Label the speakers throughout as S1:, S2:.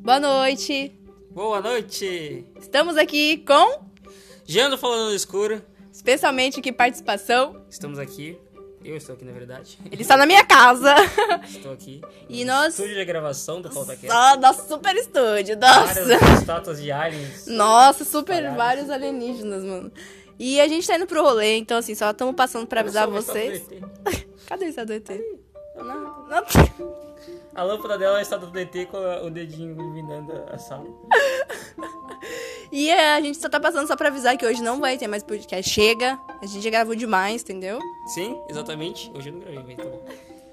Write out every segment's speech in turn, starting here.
S1: Boa noite.
S2: Boa noite!
S1: Estamos aqui com,
S2: Jando falando no escuro.
S1: especialmente que participação.
S2: Estamos aqui. Eu estou aqui, na verdade.
S1: Ele está na minha casa.
S2: Estou aqui.
S1: E
S2: no
S1: nós-
S2: Estúdio de gravação do Pautacast.
S1: Só da super estúdio. Nossa.
S2: Várias estátuas de aliens.
S1: Nossa, super
S2: Caralho.
S1: vários alienígenas, mano. E a gente tá indo pro rolê, então assim, só estamos passando pra avisar
S2: Só uma estátua
S1: vocês.
S2: do ET.
S1: Cadê esse do ET? Não, não tem.
S2: A lâmpada dela é a estátua do DT com a- o dedinho iluminando a sala.
S1: E é, a gente só tá passando só pra avisar que hoje não vai ter mais podcast. Chega. A gente já gravou demais, entendeu?
S2: Sim, exatamente. Hoje eu não gravei, mas tá bom.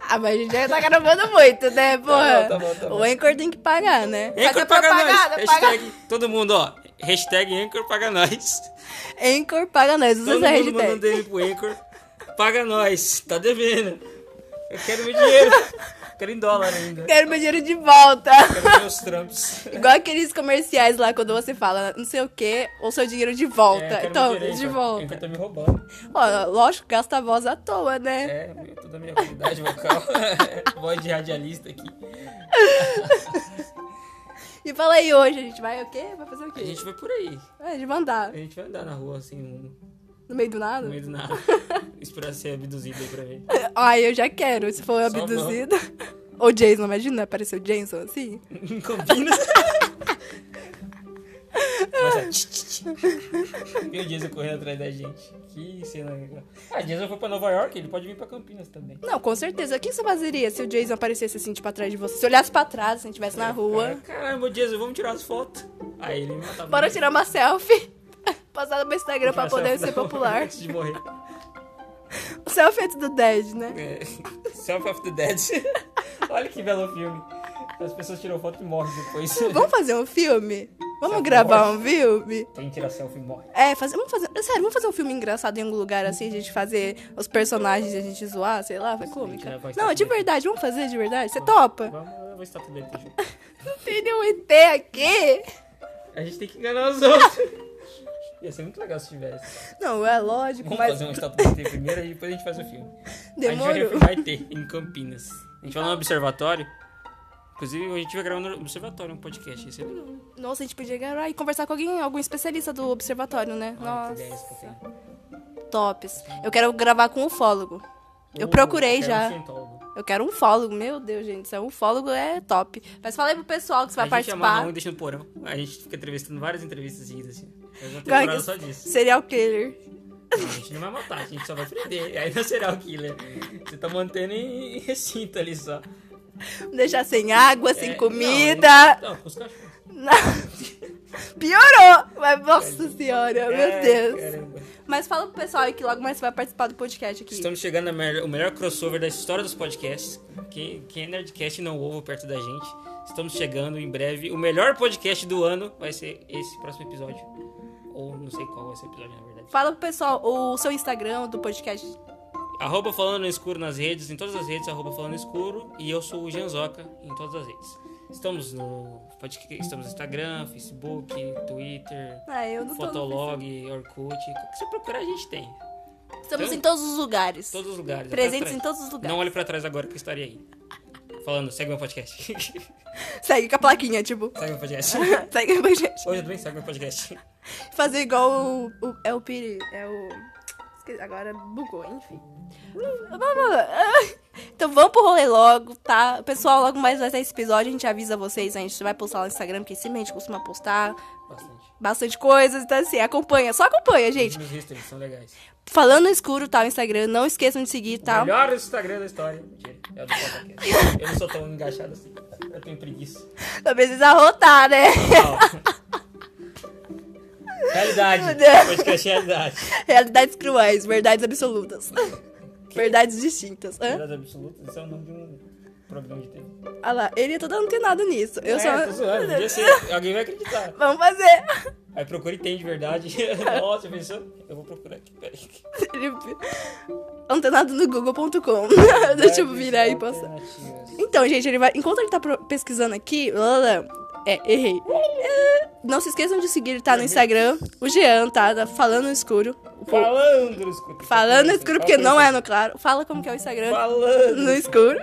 S1: Ah, mas a gente já tá gravando muito, né, porra?
S2: tá bom, tá bom.
S1: O Anchor tem que pagar, né?
S2: Anchor
S1: Cadê a
S2: paga
S1: propaganda?
S2: nós.
S1: Paga-
S2: Hashtag, todo mundo, ó. Hashtag Anchor paga nós.
S1: Anchor paga nós. Usa
S2: Todo
S1: essa
S2: mundo mandando
S1: hashtag.
S2: DM pro Anchor. Paga nós. Tá devendo. Eu quero meu dinheiro. Quero em dólar ainda.
S1: Quero meu dinheiro de volta.
S2: Quero meus trampos.
S1: Igual aqueles comerciais lá, quando você fala não sei o que, ou seu dinheiro de volta.
S2: É, eu quero
S1: então,
S2: meu direito,
S1: de
S2: ó.
S1: volta.
S2: Anchor tá me roubando.
S1: Ó, lógico, gasta a voz à toa, né?
S2: É, meu, toda a minha qualidade vocal. Voz de radialista aqui.
S1: E fala aí hoje, a gente vai o quê? Vai fazer o quê?
S2: A gente vai por aí.
S1: É, de mandar.
S2: A gente vai andar na rua assim, no,
S1: No meio do nada?
S2: no meio do nada. Esperar ser abduzido aí pra mim.
S1: Ai, eu já quero. Se for
S2: Só não.
S1: abduzida. Ou Jason, imagina, apareceu Jason assim.
S2: Não combina. Mas, ó, Meu Jason correndo atrás da gente. Que cena legal. Ah, Jason foi pra Nova York, ele pode vir pra Campinas também.
S1: Não, com certeza. O que você fazeria se o Jason aparecesse assim, tipo, atrás de você? Se olhasse pra trás, se a gente estivesse
S2: É,
S1: na rua.
S2: Cara, Caralho, meu Jason, vamos tirar as fotos. Aí ele me matava.
S1: Bora tirar uma selfie. Postada no Instagram
S2: Vamos
S1: pra
S2: tirar
S1: poder
S2: selfie
S1: ser
S2: da-
S1: popular.
S2: Antes de morrer.
S1: O selfie é do Dead, né?
S2: É, Self of the Dead. Olha que belo filme. As pessoas tiram foto e morrem depois.
S1: Vamos fazer um filme? Vamos
S2: Selfie é
S1: gravar
S2: morte.
S1: um filme?
S2: Quem tira selfie morre.
S1: É, fazer, vamos fazer. Sério, vamos fazer um filme engraçado em algum lugar assim, a gente fazer os personagens e a gente zoar, sei lá, vai
S2: já
S1: cômica.
S2: vai estar
S1: Não, de
S2: bem.
S1: verdade, vamos fazer de verdade? Você topa?
S2: Vamos, eu vou estar tá, tudo dentro do jogo.
S1: Não tem nenhum ET aqui!
S2: A gente tem que enganar os outros. Ia ser muito legal se tivesse.
S1: Não, é lógico,
S2: Vamos
S1: mas
S2: fazer um uma estátua do ET primeiro e depois a gente faz o filme. A gente vai
S1: demorou.
S2: filmar ET em Campinas. A gente vai lá no observatório. Inclusive, a gente vai gravar no observatório um podcast. Isso é legal. né?
S1: Nossa, a gente podia gravar e conversar com alguém, algum especialista do observatório, né?
S2: Olha que ideias que eu
S1: Nossa,
S2: tenho.
S1: tops. Eu quero gravar com um ufólogo. Eu
S2: Ou
S1: procurei
S2: quero
S1: já.
S2: um cientólogo.
S1: Eu quero um fólogo, meu Deus, gente. Se é um fólogo, é top. Mas fala aí pro pessoal que você vai
S2: a gente
S1: participar.
S2: amarra um e deixa no porão. A gente fica entrevistando várias entrevistas seguidas assim. Eu já tenho
S1: Cara,
S2: temporada
S1: que-
S2: só disso.
S1: Serial killer.
S2: Não, a gente não vai matar, a gente só vai prender. Aí não será o killer. Você tá mantendo em em recinto ali só.
S1: Deixar sem água, sem
S2: É,
S1: comida.
S2: Não, não, com os cachorros.
S1: Piorou! Mas, nossa senhora, meu
S2: É,
S1: Deus.
S2: caramba.
S1: Mas fala pro pessoal aí que logo mais você vai participar do podcast aqui.
S2: Estamos chegando ao melhor, o melhor crossover da história dos podcasts. Quem, quem é Nerdcast não ouve perto da gente. Estamos chegando em breve. O melhor podcast do ano vai ser esse próximo episódio. Ou não sei qual vai ser o episódio, na verdade.
S1: Fala pro pessoal o seu Instagram do podcast.
S2: Arroba Falando no Escuro nas redes, em todas as redes, arroba Falando no Escuro. E eu sou o Janzoca em todas as redes. Estamos no podcast, estamos no Instagram, Facebook, Twitter,
S1: Ah, eu não tô no
S2: Fotolog, Orkut. O que você procurar, a gente tem. Em
S1: Facebook. Estamos em todos os lugares.
S2: todos os lugares.
S1: Presentes
S2: até
S1: em
S2: atrás.
S1: todos os lugares.
S2: Não olhe pra trás agora que eu estarei aí. Falando, segue meu podcast.
S1: Segue com a plaquinha, tipo.
S2: segue meu podcast.
S1: Segue pra gente.
S2: Hoje eu também segue meu podcast.
S1: Fazer igual o. o- é o Piri. É o. esqueci, agora bugou, enfim. Então vamos pro rolê logo, tá? Pessoal, logo mais vai sair esse episódio, a gente avisa vocês, a gente vai postar lá no Instagram, porque sempre a gente costuma postar
S2: Bastante.
S1: bastante coisas, então assim, acompanha, só acompanha, gente.
S2: Meus histories são legais.
S1: Falando no escuro, tá? O Instagram, não esqueçam de seguir, tá?
S2: Melhor Instagram da história. Mentira, é o do podcast. Eu não sou tão engachado assim. Eu tenho preguiça.
S1: Não precisa rotar, né?
S2: Realidade.
S1: Meu Deus.
S2: Podcast é realidade.
S1: Realidades cruéis, verdades absolutas. Verdades distintas. Hã?
S2: Verdade absoluta. Isso é o nome de um programa de TV.
S1: Ah lá, ele é todo não tem nada nisso. Eu
S2: é,
S1: só.
S2: tô zoando. Podia ser. Alguém vai acreditar.
S1: Vamos fazer.
S2: Aí procura e tem de verdade. Nossa, pensou? Eu vou procurar aqui. Peraí.
S1: Ele... Antenado no google.com. Deixa eu virar aí e postar.
S2: Alternativas.
S1: Então, gente, ele vai. Enquanto ele tá pro- pesquisando aqui. lá, lá, lá. É, errei. É, Não se esqueçam de seguir, ele tá no Instagram. O Jean, tá? tá falando no escuro. O-
S2: Falando no escuro.
S1: é Falando é no escuro, porque não é no claro. Fala como que é o Instagram
S2: Falando.
S1: no escuro.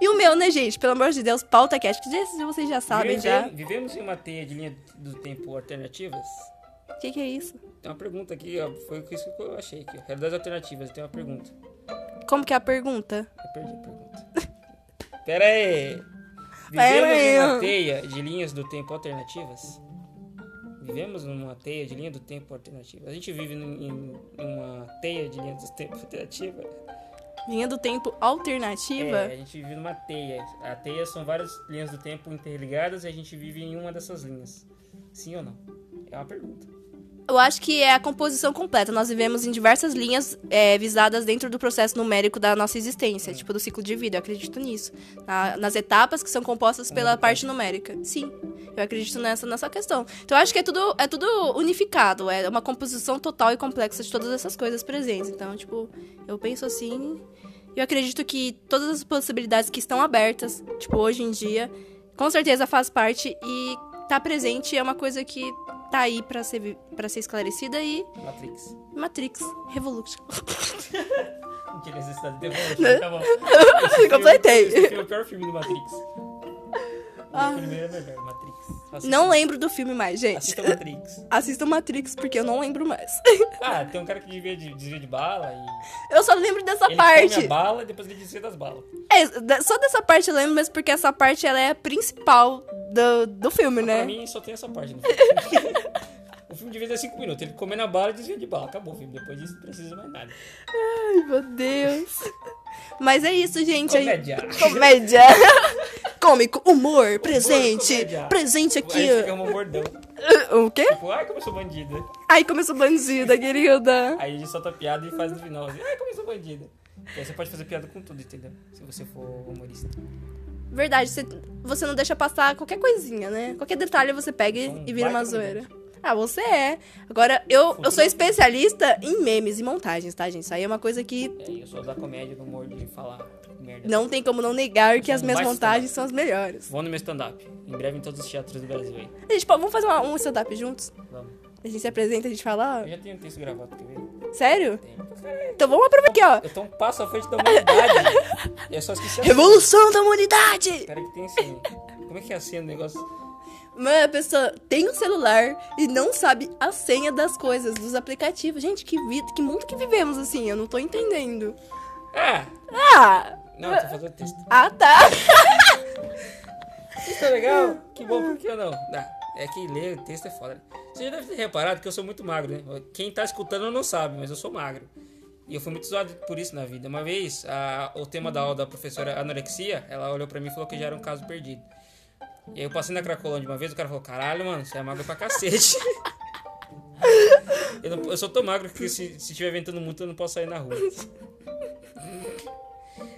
S1: E o meu, né, gente? Pelo amor de Deus, PautaCast. Que esses vocês já sabem,
S2: Vivemos,
S1: já.
S2: em- vivemos em uma teia de linha do tempo alternativas?
S1: O que, que é isso?
S2: Tem uma pergunta aqui, ó, foi isso que eu achei aqui. ó. Realidades alternativas, tem uma pergunta.
S1: Como que é a pergunta?
S2: Eu perdi a pergunta. Pera aí. Vivemos
S1: Pera aí,
S2: numa
S1: ó.
S2: teia de linhas do tempo alternativas? Vivemos numa teia de linha do tempo alternativa. A gente vive num- em uma teia de linha do tempo alternativa.
S1: Linha do tempo alternativa?
S2: É, a gente vive numa teia. A teia são várias linhas do tempo interligadas e a gente vive em uma dessas linhas. Sim ou não? É uma pergunta.
S1: Eu acho que é a composição completa. Nós vivemos em diversas linhas é, visadas dentro do processo numérico da nossa existência, tipo do ciclo de vida. Eu acredito nisso. Na- nas etapas que são compostas pela parte numérica. Sim, eu acredito nessa, nessa questão. Então eu acho que é tudo, é tudo unificado. É uma composição total e complexa de todas essas coisas presentes. Então, tipo, eu penso assim. Eu acredito que todas as possibilidades que estão abertas, tipo, hoje em dia, com certeza faz parte e tá presente é uma coisa que tá aí pra ser, vi- pra ser esclarecida e
S2: Matrix.
S1: Matrix Revolution.
S2: Não tinha necessidade de devolver. Tá bom. Esse
S1: Né? Completei.
S2: filme é o pior filme do Matrix.
S1: Ah.
S2: O primeiro é melhor, Matrix. Assista-
S1: Não lembro do filme mais, gente.
S2: Assista Matrix.
S1: Assista Matrix porque eu não lembro mais.
S2: Ah, tem um cara que desvia de, desvia de bala e.
S1: Eu só lembro dessa
S2: Ele come a
S1: parte.
S2: bala e depois ele desvia das balas.
S1: É, da- só dessa parte eu lembro, mas porque essa parte ela é a principal do, do filme,
S2: Pra
S1: né?
S2: mim só tem essa parte no filme. o filme devia ter 5 minutos. Ele comendo a bala e desvia de bala. Acabou o filme. Depois disso não precisa mais nada.
S1: Ai, meu Deus. Mas é isso, gente. Aí-
S2: Comédia.
S1: Comédia. Cômico, humor, presente.
S2: comédia.
S1: presente
S2: Aí
S1: aqui.
S2: fica um mordão.
S1: O quê?
S2: Tipo, ai, como eu sou bandida.
S1: Aí começou bandida, querida.
S2: Aí ele solta a piada e faz no final. Assim, ai, como eu sou bandida. E aí você pode fazer piada com tudo, entendeu? Se você for humorista.
S1: Verdade, você, você não deixa passar qualquer coisinha, né? Qualquer detalhe você pega e,
S2: Sou um
S1: e vira uma
S2: baita
S1: zoeira.
S2: comediante.
S1: Ah, você é. Agora, eu, eu
S2: Futuro.
S1: sou especialista em memes e montagens, tá, gente? Isso aí é uma coisa que
S2: É, eu sou da comédia, do humor de falar merda.
S1: não tem como não negar que
S2: Sou
S1: as
S2: um
S1: minhas
S2: baita
S1: montagens são as melhores.
S2: Vou no meu stand-up. Em breve em todos os teatros do Brasil aí.
S1: Gente, pô, vamos fazer uma- um stand-up juntos?
S2: Vamos.
S1: A gente se apresenta, a gente fala,
S2: Eu já tenho um texto gravado, quer ver?
S1: ó, sério?
S2: Tenho. Caralho,
S1: Então vamos aproveitar aqui, ó.
S2: Eu tô um passo à frente da humanidade. eu só esqueci a cena.
S1: Revolução da humanidade!
S2: Pera que tem assim. Como é que é a cena do negócio?
S1: Mano, a pessoa tem um celular e não sabe a senha das coisas, dos aplicativos. Gente, que vida, que mundo que vivemos assim, eu não tô entendendo.
S2: Ah!
S1: Ah!
S2: Não, eu tô fazendo texto.
S1: Ah, tá.
S2: Isso é legal? Que bom, por que não? Ah, é que ler texto é foda. né? Você já deve ter reparado que eu sou muito magro, né? Quem tá escutando não sabe, mas eu sou magro. E eu fui muito zoado por isso na vida. Uma vez, a- o tema da aula da professora anorexia, ela olhou pra mim e falou que eu já era um caso perdido. E aí eu passei na Cracolândia uma vez, o cara falou, caralho, mano, você é magro pra cacete. eu, não- eu sou tão magro que se, se tiver ventando muito, eu não posso sair na rua.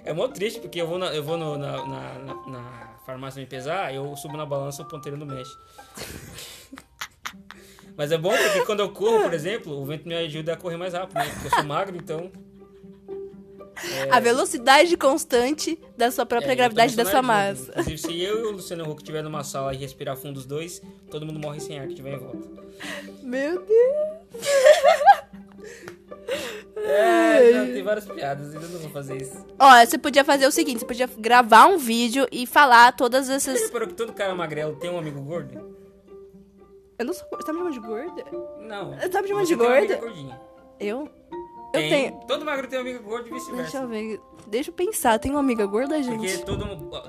S2: É mó triste, porque eu vou na, eu vou no- na, na- na- na farmácia me pesar, eu subo na balança, o ponteiro não mexe. Mas é bom porque quando eu corro, por exemplo, o vento me ajuda a correr mais rápido, né? Porque eu sou magro, então.
S1: A velocidade constante da sua própria
S2: é,
S1: gravidade da
S2: eu tô
S1: sua
S2: mencionando,
S1: massa.
S2: Inclusive, se eu e o Luciano Huck estiver numa sala e respirar fundo os dois, todo mundo morre sem ar que tiver em volta.
S1: Meu Deus.
S2: É, não, tem várias piadas, ainda não vou fazer isso.
S1: Ó, você podia fazer o seguinte, você podia gravar um vídeo e falar todas
S2: Você
S1: essas...
S2: reparou que todo cara magrelo tem um amigo gordo?
S1: Eu não sou... Você tá me chamando de gorda?
S2: Não.
S1: Eu tava me chamando
S2: Você
S1: de
S2: tem uma
S1: gorda?
S2: amiga gordinha.
S1: Eu? Eu
S2: Tem.
S1: tenho...
S2: Todo magro tem um amigo gordo e
S1: Deixa
S2: vice-versa.
S1: eu ver. Deixa eu pensar. Tem uma amiga gorda,
S2: Porque
S1: gente?
S2: todo,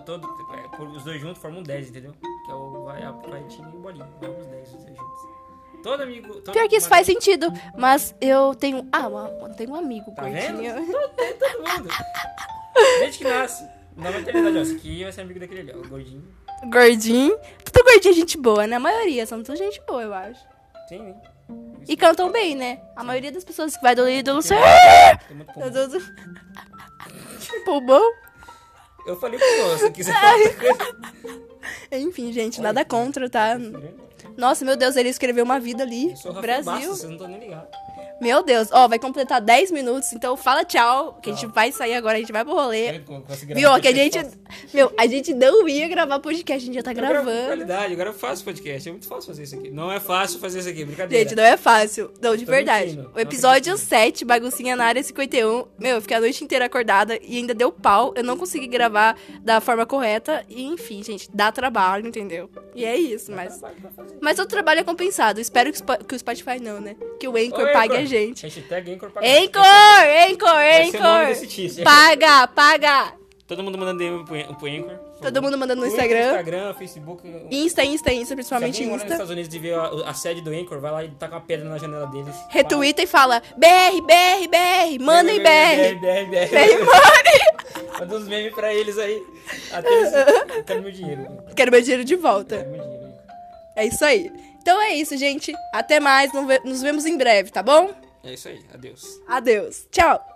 S2: todo, é, por- os dois juntos formam um 10, entendeu? Que é o vai, a Paitinha e o Bolinho. Vamos 10 os dois juntos. Todo amigo. Todo
S1: Pior que isso
S2: magro-
S1: faz sentido, mas eu tenho... Ah, uma- eu tenho um amigo
S2: Tá vendo?
S1: gordinho.
S2: Todo, tem todo mundo. Desde que nasce. Na maternidade, ó. Esse aqui vai ser amigo daquele ali, ó. O gordinho.
S1: Gordinho. Tudo gordinho é gente boa, né? A maioria são tudo gente boa, eu acho.
S2: Tem, né?
S1: E cantam bem, né? A maioria das pessoas que vai do ídolo são...
S2: Tem é muito
S1: Meu
S2: pombo.
S1: Deus do... Pulmão?
S2: Eu falei com você, se quiser falar outra coisa.
S1: Enfim, gente,
S2: Olha
S1: nada
S2: que-
S1: Tá contra, tá? Nossa, meu Deus, ele escreveu uma vida ali.
S2: Eu sou o Rafael
S1: Brasil.
S2: Bastos, vocês não estão nem ligados.
S1: Meu Deus, ó, vai completar 10 minutos, então fala tchau, que a gente vai sair agora, a gente vai pro
S2: É,
S1: rolê. É. Viu, ó, que a gente. tá Meu, a gente não ia gravar podcast, a gente já tá gravando.
S2: Verdade, agora eu faço podcast. É muito fácil fazer isso aqui. Não é fácil fazer isso aqui, brincadeira.
S1: Gente, não é fácil. Não, de
S2: Tô
S1: verdade.
S2: Tá mentindo,
S1: O
S2: tô
S1: episódio
S2: mentindo.
S1: 7, Baguncinha na área 51. Meu, eu fiquei a noite inteira acordada e ainda deu pau. Eu não consegui gravar da forma correta. E enfim, gente, dá trabalho, entendeu? E é isso, mas. Mas o trabalho é compensado. Espero que, o Spo- que o Spotify não, né? Que o Anchor
S2: Oi,
S1: pague
S2: Anchor.
S1: a gente.
S2: Hashtag Anchor paga.
S1: Anchor!
S2: Vai ser o nome
S1: Anchor!
S2: desse Tá
S1: Anchor!
S2: teaser.
S1: Paga, paga!
S2: Todo mundo mandando DM pro, pro Anchor. por
S1: Todo
S2: favor.
S1: mundo mandando no
S2: Twitter,
S1: Instagram.
S2: Instagram, Facebook.
S1: Insta, Insta, Insta,
S2: Se alguém
S1: principalmente
S2: mora nos
S1: Insta.
S2: Estados Unidos e vê a, a sede do Anchor, vai lá e taca uma pedra na janela deles.
S1: Retuita e fala BR, Br, BR, mandem BR.
S2: BR, BR.
S1: BR,
S2: Manda uns memes pra eles aí. Até eles. Eu Quero meu dinheiro. Eu
S1: Quero meu dinheiro de volta.
S2: Quero meu dinheiro, Anchor.
S1: É isso aí. Então é isso, gente. Até mais. Nos ve- Nos vemos em breve, tá bom?
S2: É isso aí. Adeus.
S1: Adeus. Tchau.